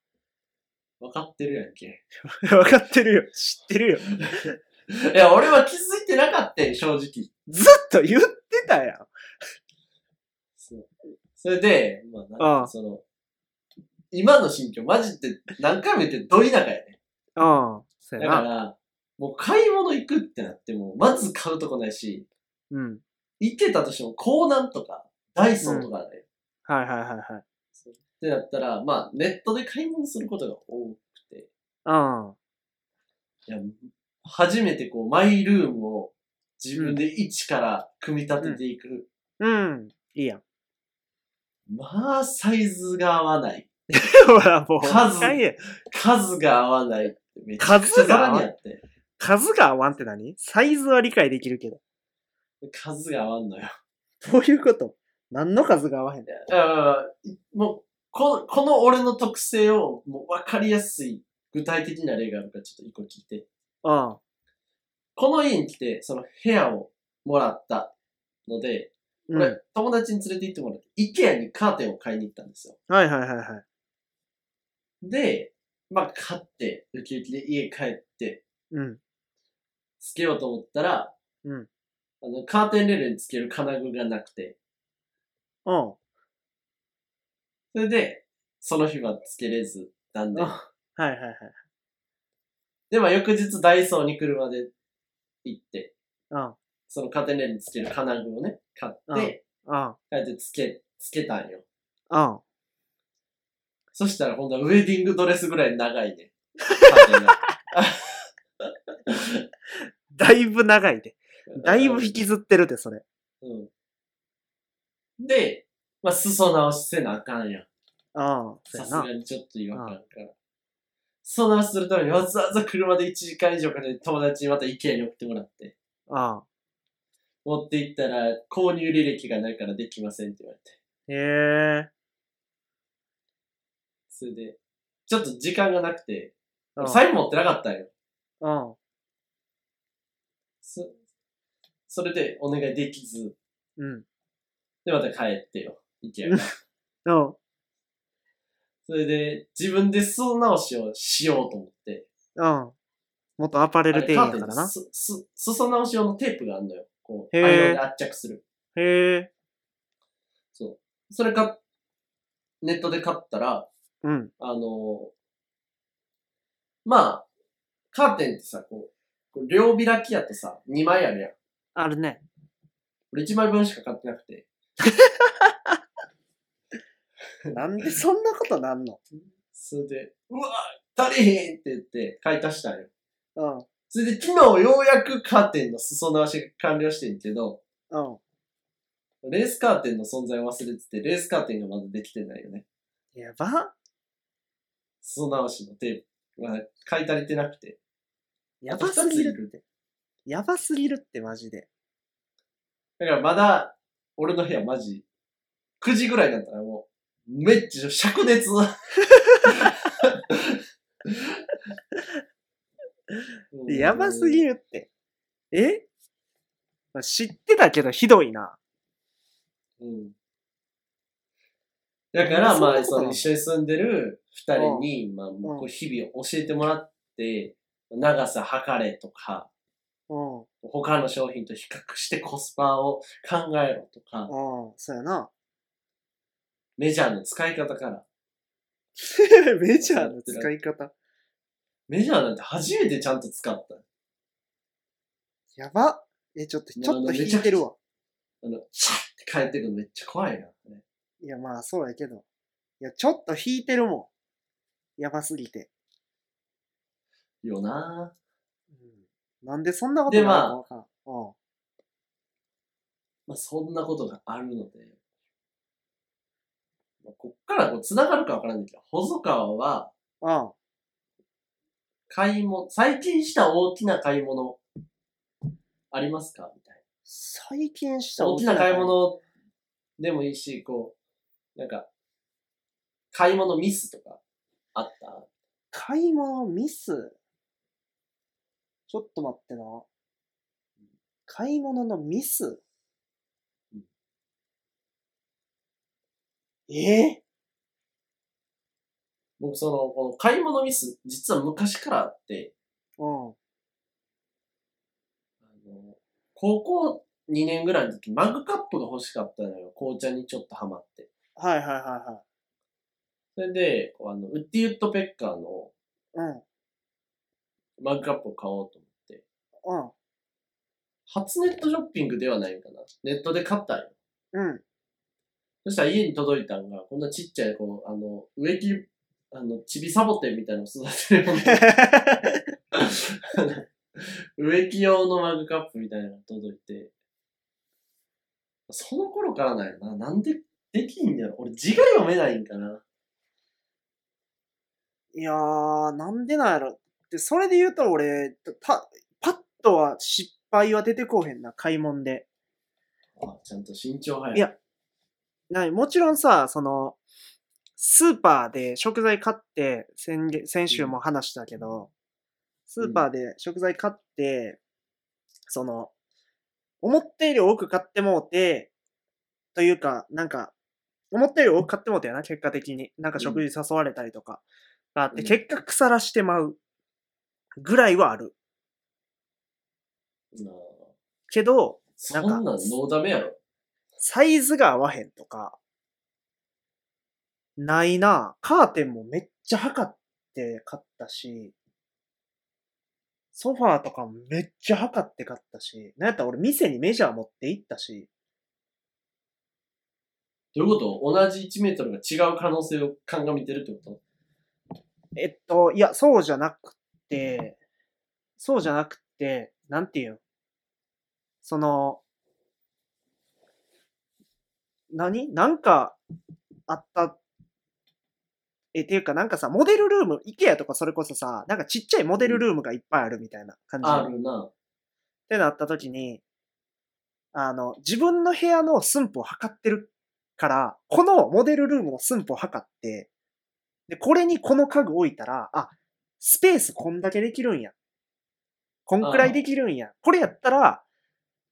分かってるやんけ。
わかってるよ。知ってるよ。
いや、俺は気づいてなかったよ、正直。
ずっと言ってたやん。
そう。それで、まあ、なん
う
か
ん
その、今の心境、マジって何回も言ってどいなかやね。
うん。そう
だ
や
か
な。
ら、もう買い物行くってなっても、まず買うとこないし、
うん。
行ってたとしても、港南とか、ダイソーとかだよ。
はいはいはいはい。
ってなったら、まあ、ネットで買い物することが多くて、
うん。
いや、初めてこう、マイルームを自分で一から組み立てていく。
うん。いいやん。
まあ、サイズが合わない。
ほら、もう。
数
何や
数が合わないってめちゃくちゃ
数
皿
が合わ
に
な
あ
い
って。
数が合わんって何サイズは理解できるけど。
数が合わんのよ。
どういうこと何の数が合わへん
いやだからもう、この、この俺の特性を、もう分かりやすい具体的な例があるから、ちょっと一個聞いて。
うん。
この家に来て、その部屋をもらったので、こ
うん。はい
れ、友達に連れて行ってもらって、IKEA にカーテンを買いに行ったんですよ。
はいはいはい。
で、まあ、買って、ウキウキで家帰って、
うん。
つけようと思ったら、
うん
あの、カーテンレールにつける金具がなくて、
うん。
それで、その日はつけれず、なんで
あ。はいはいはい。
で、まあ、翌日ダイソーに車で行って、
うん。
そのカーテンレールにつける金具をね、買って、
うん。
帰ってつけ、つけたんよ。
うん。
そしたら今度はウェディングドレスぐらい長いね。カーテンが
だいぶ長いで。 だいぶ引きずってるで、それ。
うん。で、まあ、裾直しせなあかんやん。
うん。そう
さ
や
すが
な。
にちょっと違和感から。裾直しするためにわざわざ車で1時間以上かけて友達にまた IKEA に送ってもらって、
うん。
持って行ったら購入履歴がないからできませんって言われて。
へえ。
それで、ちょっと時間がなくて、
うん
財布持ってなかったんよ。
うん。
そそれでお願いできず、
うん。
で、また帰ってよ、行 けば。
うん。
それで、自分で裾直しをしようと思って。
うん。元アパレル店員や
あれカ
から
ーテン
な。
すす裾直し用のテープがあるのよ。こう、
へー
アイロンで圧着する。
へえ。
そう。それか、ネットで買ったら、
うん。
あのーまあ、カーテンってさ、こう、こう両開きやとさ、2枚あるやん。
あるね。
俺1枚分しか買ってなくて。
なんでそんなことなんの
それで、うわ足りへんって言って買い足したんよ。
うん。
それで昨日ようやくカーテンの裾直しが完了してんけど、
うん。
レースカーテンの存在を忘れてて、レースカーテンがまだできてないよね。
やば。
裾直しのテープ。まあ、買い足りてなくて。
やばすぎるって。やばすぎるってマジで。
だからまだ、俺の部屋マジ、9時ぐらいだったらもう、めっちゃ灼熱。
やばすぎるって。えまあ知ってたけどひどいな。
うんだから、
そんな
まあ、
こと
そ
なの
の一緒に住んでる二人に、まあ、もうこう日々教えてもらって、長さ測れとか、
うん。うん。
他の商品と比較してコスパを考えろとか、
そうや な。
メジャーの使い方から。
メジャーの使い方。
メジャーなんて初めてちゃんと使った。
やば。え、ちょっと、ちょっと引いてるわ。
あの、シャッて帰ってくるのめっちゃ怖いな。
いや、まあ、そうやけど。いや、ちょっと引いてるもん。やばすぎて。
よな
うんなんでそんなことがあるのかわからんうん
まあそんなことがあるので、まあ、こっからこう繋がるかわからないけど、細川は
うん。
買い物、最近した大きな買い物ありますかみたい
最近した
な。大きな買い。物でもいいし、こう、なんか、買い物ミスとかあった
買い物ミスちょっと待ってな。買い物のミス
うん
え
僕その、この買い物ミス、実は昔からあって、
うん。
あの高校2年ぐらいの時、マグカップが欲しかったのよ。紅茶にちょっとハマって。
はいはいは
それで、こうあのウッディウッドペッカーの
いはい。
マグカップを買おうと思って、
うん。
初ネットショッピングではないかな。ネットで買ったんよ。
うん。うん。
そしたら家に届いたんが、こんなちっちゃい、こう、あの、植木、あの、ちびサボテンみたいなのを育てるような植木用のマグカップみたいなのが届いて、その頃からなんやな。なんでできんねやろ。俺字が読めないんかな。
いやー、なんでなんやろ。で、それで言うと俺、た、パッとは失敗は出てこうへんな、買い物で。
あちゃんと身長早い。
いやないもちろんさ、その、スーパーで食材買って、先月先週も話したけど、スーパーで食材買って、その、思ったより多く買ってもうて、というか、なんか、思ったより多く買ってもうてやな、結果的に。なんか食事誘われたりとかがあって、
うん
結果腐らしてまうぐらいはある。
なあ
けど、
そんなんノーダメやろ。
サイズが合わへんとか、ないな。カーテンもめっちゃ測って買ったし、ソファーとかもめっちゃ測って買ったし、なんやったら俺店にメジャー持って行ったし、
どういうこと同じ1メートルが違う可能性を鑑みてるってこ
えっと、いや、そうじゃなくて、そうじゃなくて、なんていうんその、何なんか、あった、え、っていうかなんかさ、モデルルーム、IKEA とかそれこそさ、なんかちっちゃいモデルルームがいっぱいあるみたいな感
と
じなの。
あるな。
ってなった時に、あの、自分の部屋の寸法を測ってるから、このモデルルームの寸法を測って、で、これにこの家具置いたら、あ、スペースこんだけできるんや。こんくらいできるんや。これやったら、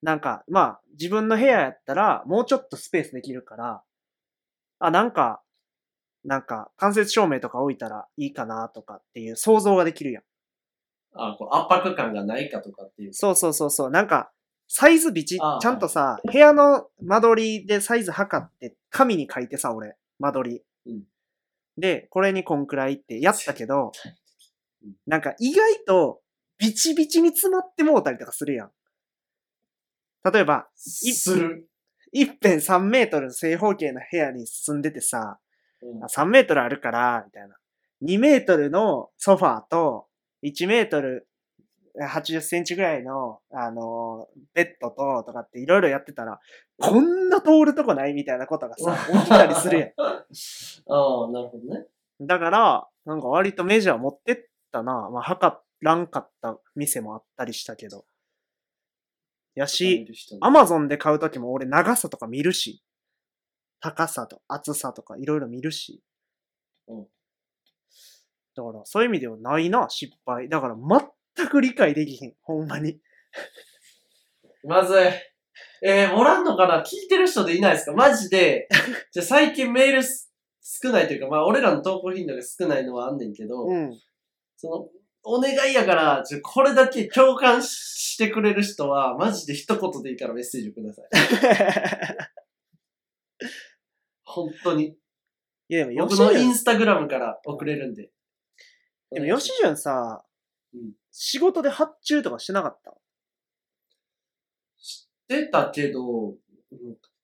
なんか、まあ、自分の部屋やったら、もうちょっとスペースできるから、あ、なんか、なんか、間接照明とか置いたらいいかなとかっていう想像ができるやん。
あ、こう圧迫感がないかとかっていう。
そうそうそうそう。なんか、サイズビチ
ああ
ちゃんとさ、部屋の間取りでサイズ測って、紙に書いてさ、俺、間取り。
うん
で、これにこんくらいってやったけど
絶対うん、
なんか意外と、ビチビチに詰まってもうたりとかするやん。例えば、
する。
一辺3メートルの正方形の部屋に住んでてさ、
うん
あ3メートルあるから、みたいな。2メートルのソファーと、1メートル80センチぐらいの、あのーベッドと、とかっていろいろやってたら、こんな通るとこないみたいなことが さ、 起きたりするやん。
ああ、なるほどね。
だから、なんか割とメジャー持ってったな。まあ、測らんかった店もあったりしたけど。やし、ア
あ
マゾンで買うときも俺長さとか見るし、高さと厚さとかいろいろ見るし。
うん
だから、そういう意味ではないな、失敗。だから、全く理解できひん。ほんまに。
まずい。えー、おらんのかな聞いてる人でいないですかマジ で。じゃあ最近メールす少ないというか、まあ俺らの投稿頻度が少ないのはあんねんけど、
うん。
その、お願いやから、ちょこれだけ共感ししてくれる人は、マジで一言でいいからメッセージをください。本当に。
いや、でも、
僕
吉
のイン
純、
スタグラムから送れるんで。
でも、吉純さ
うん、
仕事で発注とかしてなかった
出たけど、うん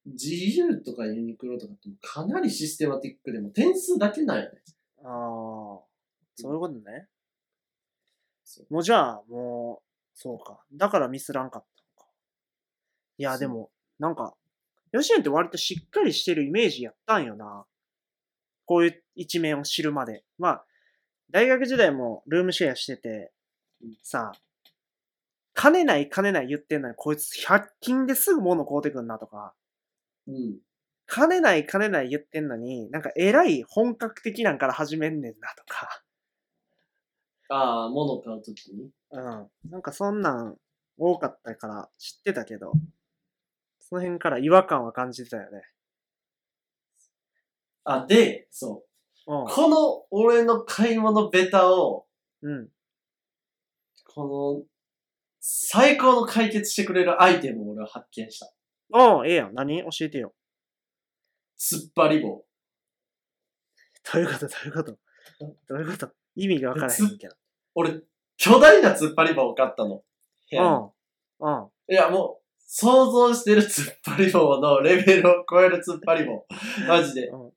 GU とかユニクロとかってかなりシステマティックでも点数だけなんよね。
ああ、そういうことね。
そう
もうじゃあ、もう、そうか。だからミスらんかったのか。い
そ
や、
う
でも、なんか、吉野って割としっかりしてるイメージやったんよな。こういう一面を知るまで。まあ、大学時代もルームシェアしてて
うん、
さあ、金ない金ない言ってんのに、こいつ100均ですぐ物買うてくんなとか、
うん。
金ない金ない言ってんのに、なんか偉い本格的なんから始めんねんなとか。
ああ、物買うときに。
うん。なんかそんなん多かったから知ってたけど、その辺から違和感は感じてたよね。
あ、で、そう。
う
この俺の買い物ベタを、
ん。うん。
この、最高の解決してくれるアイテムを俺は発見した。
おうええやん。何教えてよ。
突っ張り棒。
どういうことどういうことどういうこと意味がわからへんけど。
俺、巨大な突っ張り棒を買ったの。部屋に
うん。うん。
いや、もう、想像してる突っ張り棒のレベルを超える突っ張り棒。マジで。
うん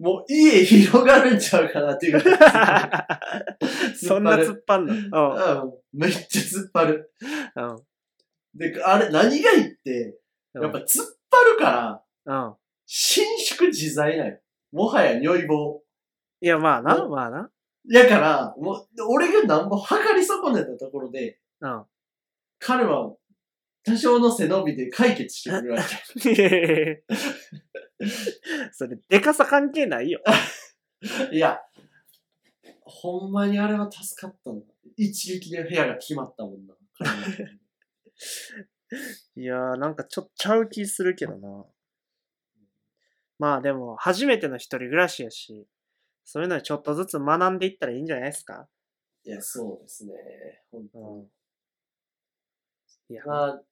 もう家広がるんちゃうかなって いうぐらい突っ張る。
そんな突っ張んの。うん。
うん、めっちゃ突っ張る。
うん。
で、あれ、何がいいって、
うん
やっぱ突っ張るから、
うん。
伸縮自在なんよ。もはや如意棒。
いや、まあな、
うん
まあな。
やから、もう、俺がなんぼ測り損ねたところで、
うん。
彼は、多少の背伸びで解決してくれるわけ。
それ、でかさ関係ないよ。
いや、ほんまにあれは助かったんだ。一撃で部屋が決まったもんな。
いやー、なんかちょっとちゃう気するけどな。まあでも、初めての一人暮らしやし、そういうのにちょっとずつ学んでいったらいいんじゃないですか
いや、そうですね。本当
う
に。
ん。いや、
まあ、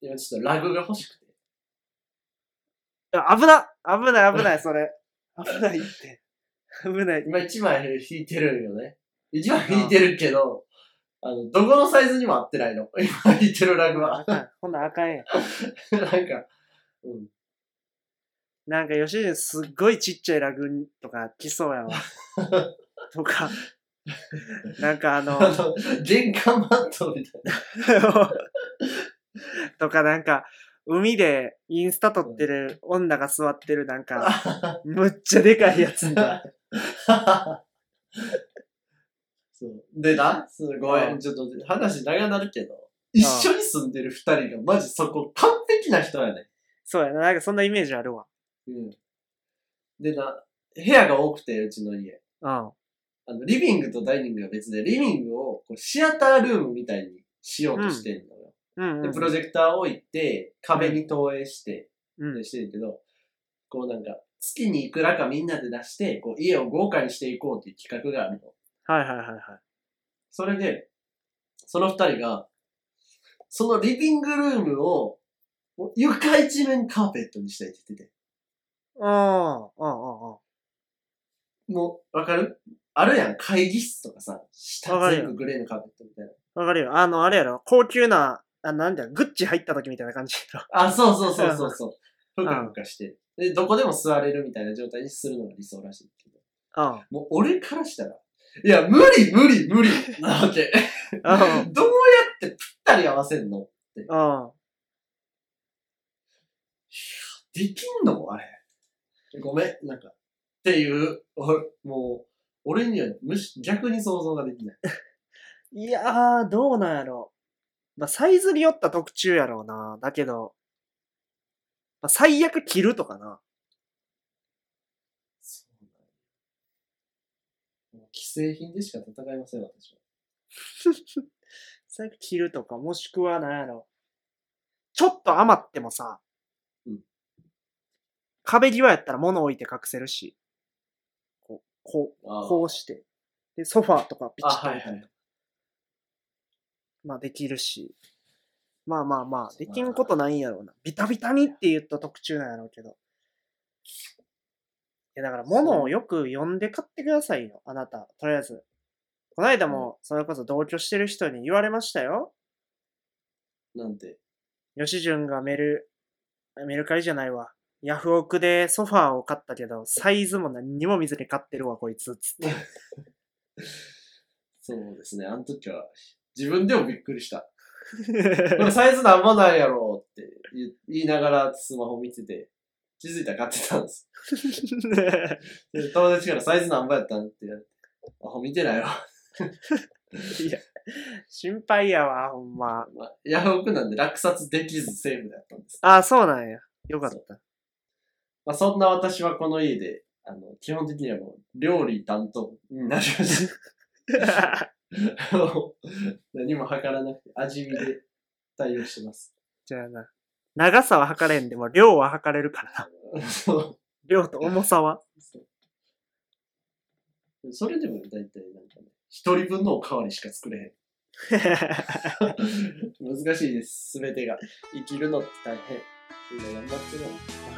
今ちょっとラグが欲しくて。
あ危な危ない危ない、それ。危ないって。危 ない。
今一枚引いてるよね。一枚引いてるけど、あの、どこのサイズにも合ってないの。 今引いてるラグは
あ。かんほんならあかんやん。
なんか、うん。
なんか、吉純すっごいちっちゃいラグとか来そう やわ。とか、なん かあの、
あの、玄関マットみたいな。
とかなんか、海でインスタ撮ってる女が座ってるなんか、 むっちゃでかいやつみたいな。
そう。でな、そのごめ
うん
ん、ちょっと話長なるけど、一緒に住んでる二人がマジそこ完璧な人やね。
そうやな、なんかそんなイメージあるわ。
うん。でな、部屋が多くて、うちの家。
うん。
あの、リビングとダイニングが別で、リビングをこうシアタールームみたいにしようとしてんのよ。
うん、うん。
で、プロジェクターを置いて、壁に投影して、
うん。
してるけど、こうなんか、月にいくらかみんなで出して、こう家を豪華にしていこうっていう企画があるの。
はいはいはいはい。
それで、その二人が、そのリビングルームを、もう床一面カーペットにしたいって言ってて。
うん、うん、うん、うん。
もう、わかるあるやん、会議室とかさ、
わ
下
かるよ
全部グレーのカーペットみたいな。
わかるよ。あの、あれやろ、高級な、あ、なんだよ、グッチ入った時みたいな感じやろ。
あ、そうそうそうそうそう。 ふかふかして。で、どこでも座れるみたいな状態にするのが理想らしいけど。
うん。
もう俺からしたら、いや、無理無理無理なわけ。
う ん。
どうやってぴったり合わせんの
うん。
できんのあれ。ごめん、なんか。っていう、 おもう、俺にはむし逆に想像ができない。
いやー、どうなんやろ。まあ、サイズによった特注やろうな。だけど、まあ、最悪着るとかな。
そうなんもう既製品でしか戦いません、私は。
最悪着るとか、もしくは何やろ。ちょっと余ってもさ、
うん
壁際やったら物置いて隠せるし、こう、こう、
あー
こうして、で、ソファーとかピチッと
あ
置
はいい
た
は
り
い
とかまあできるし、まあまあまあ、できんことないんやろうな。ビタビタにって言った特注なんやろうけど。いや、だから物をよく読んで買ってくださいよ、あなた。とりあえず。この間も、それこそ同居してる人に言われましたよ。
なんて。
吉純がメル、メルカリじゃないわ。ヤフオクでソファーを買ったけど、サイズも何にも見ずに買ってるわ、こいつ。つって。
そうですね。あの時は、自分でもびっくりした。 これサイズなんぼなんやろう って言言いながらスマホ見てて、気づいたら買ってたんです。で友達からサイズなんぼやったんって言われて、あ、見てないわ。
いや、心配やわ、ほんま。
まあ、ヤフオクなんで落札できずセーフだったんです。
あ、そうなんや。よかった。
まあ、そんな私はこの家で、あの、基本的にはもう料理担当になりま した。 もう何も測らなくて、味見で対応してます。
じゃあな。長さは測れんでも、量は測れるからな。
そ
量と重 さは。
うそれでも大体なんかね、一人分のおかわりしか作れへん。難しいです、すべてが。生きるのって大変。みんな頑張ってるの。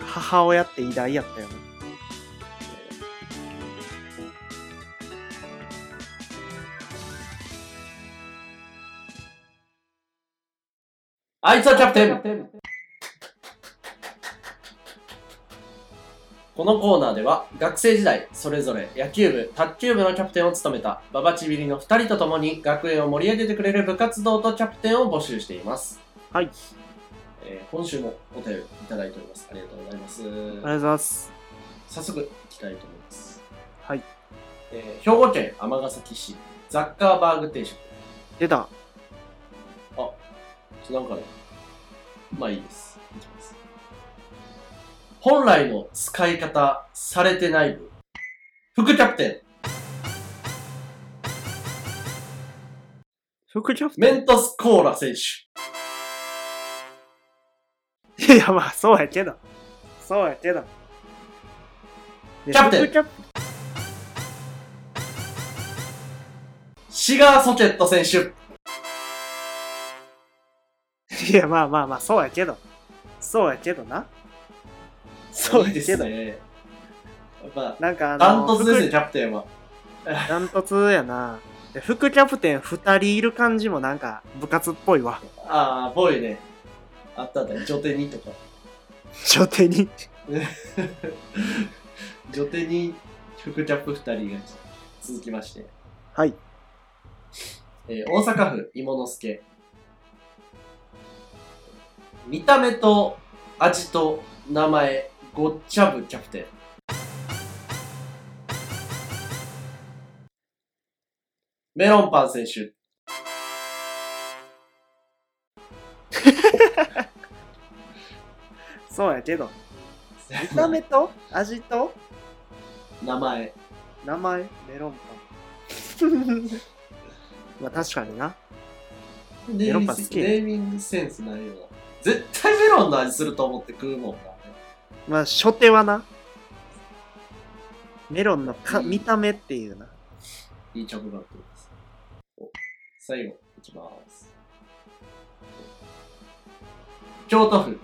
母親って偉大やったよな。
あいつはキャプテンこのコーナーでは学生時代それぞれ野球部卓球部のキャプテンを務めたババチビリの2人と共に学園を盛り上げてくれる部活動とキャプテンを募集しています
はい、
えー今週もお便りいただいておりますありがとうございます
ありがとうございます。
早速いきたいと思います
はい、
えー兵庫県尼崎市ザッカーバーグ定食
出た。
なんかね、まあいいです。いきます本来の使い方されてない部。副キャプテ
副キャプ
ン、
テ
メントスコーラ選手。
ンいや、まあ、そうやけど。そうやけど。キ
キャプテン
副キャプ
シガーソケット選手。
いや、まあまあまあ、そうやけど。そうやけどな。そう
い
や
いで
け
す
ど。
ね。やっぱ、
なんかあの、
ダントツですね、キャプテンは。
副ダントツやな。で副キャプテン2人いる感じもなんか部活っぽいわ。
ああ、ぽいね。あったあった、女手にとか。
初手に。
女手に副キャップ2人が続きまして。
はい。
えー大阪府芋之助見た目と味と名前ごっちゃぶキャプテンメロンパン選手
そうやけど。見た 目と味と
名前
名前メロンパン。 まあ確かにな。
ネ
メ
ー
ロ
ミング
ンパン
セ
好
ンス
き
ネーミングセンスないよな絶対メロンの味すると思って食うもんな
まあ初手はな。メロンのか見た目っていうな。
いい着眼点です。お最後、いきます。京都府、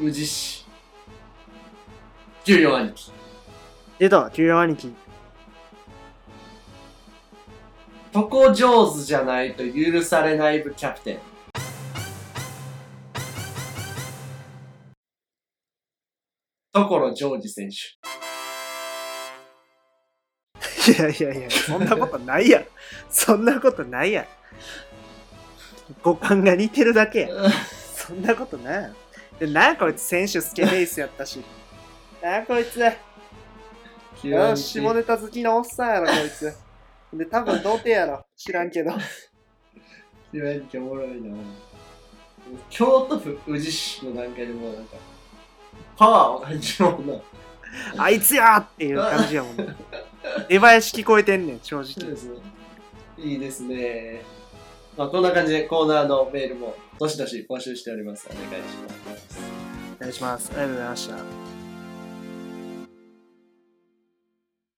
宇治市、給料兄貴、
出た、給料兄貴。
とこ上手じゃないと許されない部キャプテン。ところジョージ選手。
いやいやいや、そんなことないやん。そんなことないやん。五感が似てるだけやん。そんなことないやん。で、なあこいつ選手スケベースやったし。なあこいつ。
給料
うん
兄貴
下ネタ好きのおっさんやろ、こいつ。で、多分童貞やろ。知らんけど。
いわゆるおもろいな京都府宇治市の段階でもうなんかパワーを感じるもんな
あいつやーっていう感じやもんね。出囃子聞こえてんねん、正
そう
直
で。すねいいですねまあこんな感じでコーナーのメールもどしどし募集しておりますお願いします
お願いします。ありがとうございました。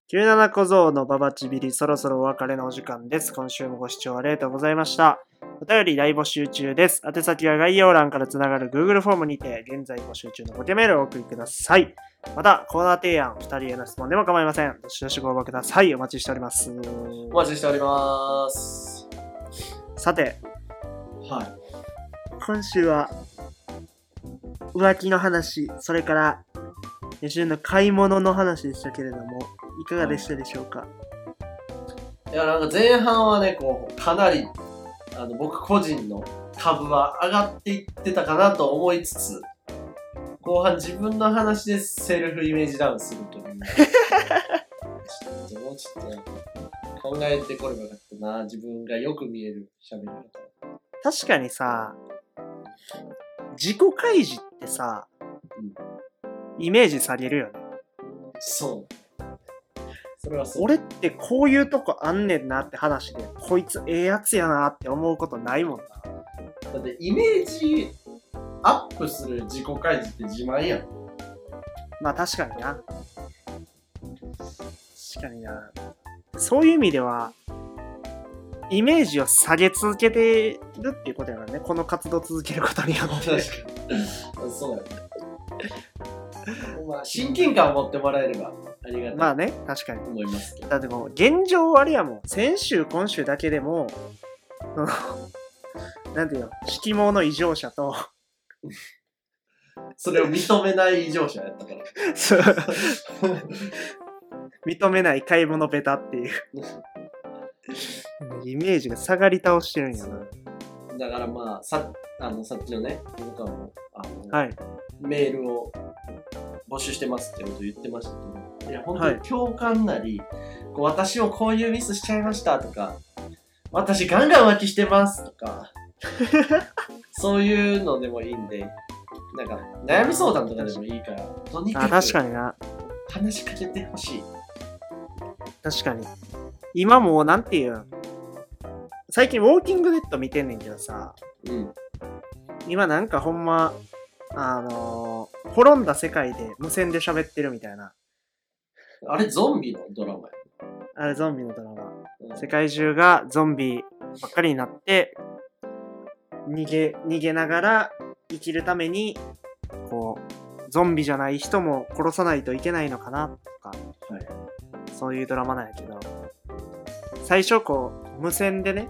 97小僧のババチビリ、そろそろお別れのお時間です。今週もご視聴ありがとうございました。お便り大募集中です。宛先は概要欄からつながる Google フォームにて、現在募集中のご手メールをお送りください。また、コーナー提案、2人への質問でも構いません。どしどしご応募ください。お待ちしております。
お待ちしております
さて、
は
今週は、浮気の話、それから、吉野の買い物の話でしたけれども、いかがでしたでしょうか、
いや、なんか前半はね、こう、かなり、あの、僕個人の株は上がっていってたかなと思いつつ、後半自分の話でセルフイメージダウンするという。ちょっと、もうちょっとね、考えてこればよかったな。自分がよく見える喋り方。
確かにさ、自己開示ってさ、イメージされるよね。
そう。それはそう。
俺ってこういうとこあんねんなって話で、こいつええやつやなって思うことないもんな。
だってイメージアップする自己開示って自慢やん。
まあ確かにな。確かにな。そういう意味では、イメージを下げ続けてるっていうことやからね。この活動を続けることによっ
確か
て。
に。そうやね。まあ、親近感を持ってもらえればありが
ま
たい
あね、確かに。
と思いますけど。
だってもう現状あれやもん。先週、今週だけでも、その、なんていうの、色毛の異常者と、
それを認めない異常者やったから。
そう認めない買い物ベタって いう。イメージが下がり倒してるんやな。
だからまあ、さあのさっきのね、僕はもうあの、
はい。
メールを募集してますってこと言ってましたけど、いや、本当
は
に
い
共感なり、こう私もこういうミスしちゃいましたとか、私ガンガン浮気してますと か、そういうのでもいいんで、なんか悩み相談とかでもいいから、とにか
あ、
く
確かにな。
話しかけてほしい。
確かに。今もうなんていうん最近ウォーキングデッド見てんねんけどさ、
うん。
今なんかほんま、あのー滅んだ世界で無線で喋ってるみたいな。
あれ、ゾンビのドラマや。
あれゾンビのドラマ。
うん
世界中がゾンビばっかりになって逃げ逃げながら生きるためにこうゾンビじゃない人も殺さないといけないのかなとか、
はい
そういうドラマなんやけど最初こう無線でね、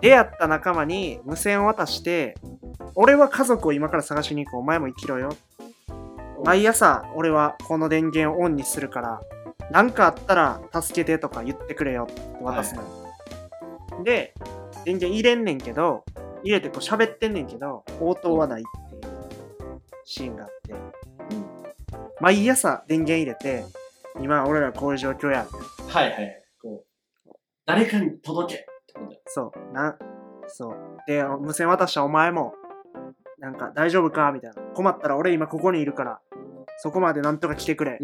出会った仲間に無線を渡して俺は家族を今から探しに行くお前も生きろよ毎朝俺はこの電源をオンにするから何かあったら助けてとか言ってくれよって渡すのよ、で電源入れんねんけど入れてこう喋ってんねんけど応答はないっていうシーンがあって、毎朝電源入れて今俺らこういう状況や
はいはいはい。こう、誰かに届けってことや
そうなそうで無線渡したお前もなんか大丈夫かみたいな困ったら俺今ここにいるからそこまでなんとか来てくれ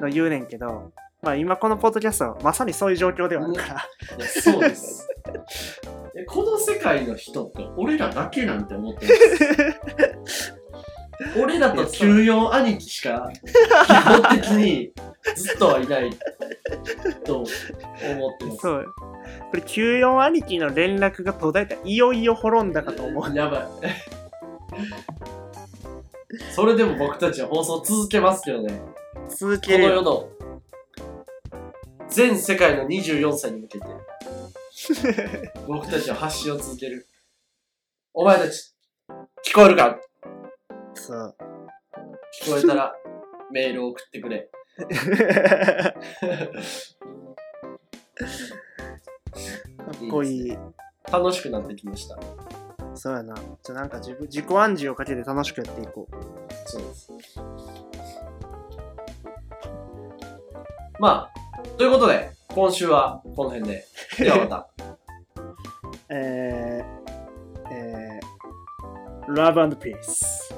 の言うねんけど、まあ今このポッドキャストはまさにそういう状況ではあるから、
いやそうです。えこの世界の人って俺らだけなんて思ってます。俺らと94兄貴しか基本的にずっとはいないと思ってます。
そう。これ94兄貴の連絡が途絶えたいよいよ滅んだかと思う。
やばい。それでも僕たちは放送続けますけどね。
続
この
ける
世
よ。
の全世界の24歳に向けて僕たちは発信を続けるお前たち聞こえるか
そう。
聞こえたらメールを送ってくれ
かっこいい
いい楽しくなってきました
そうやな。じゃあなんか自分自己暗示をかけて楽しくやっていこう。
そうですまあということで今週はこの辺でではまた
えー、えー、Love Uh, and Peace。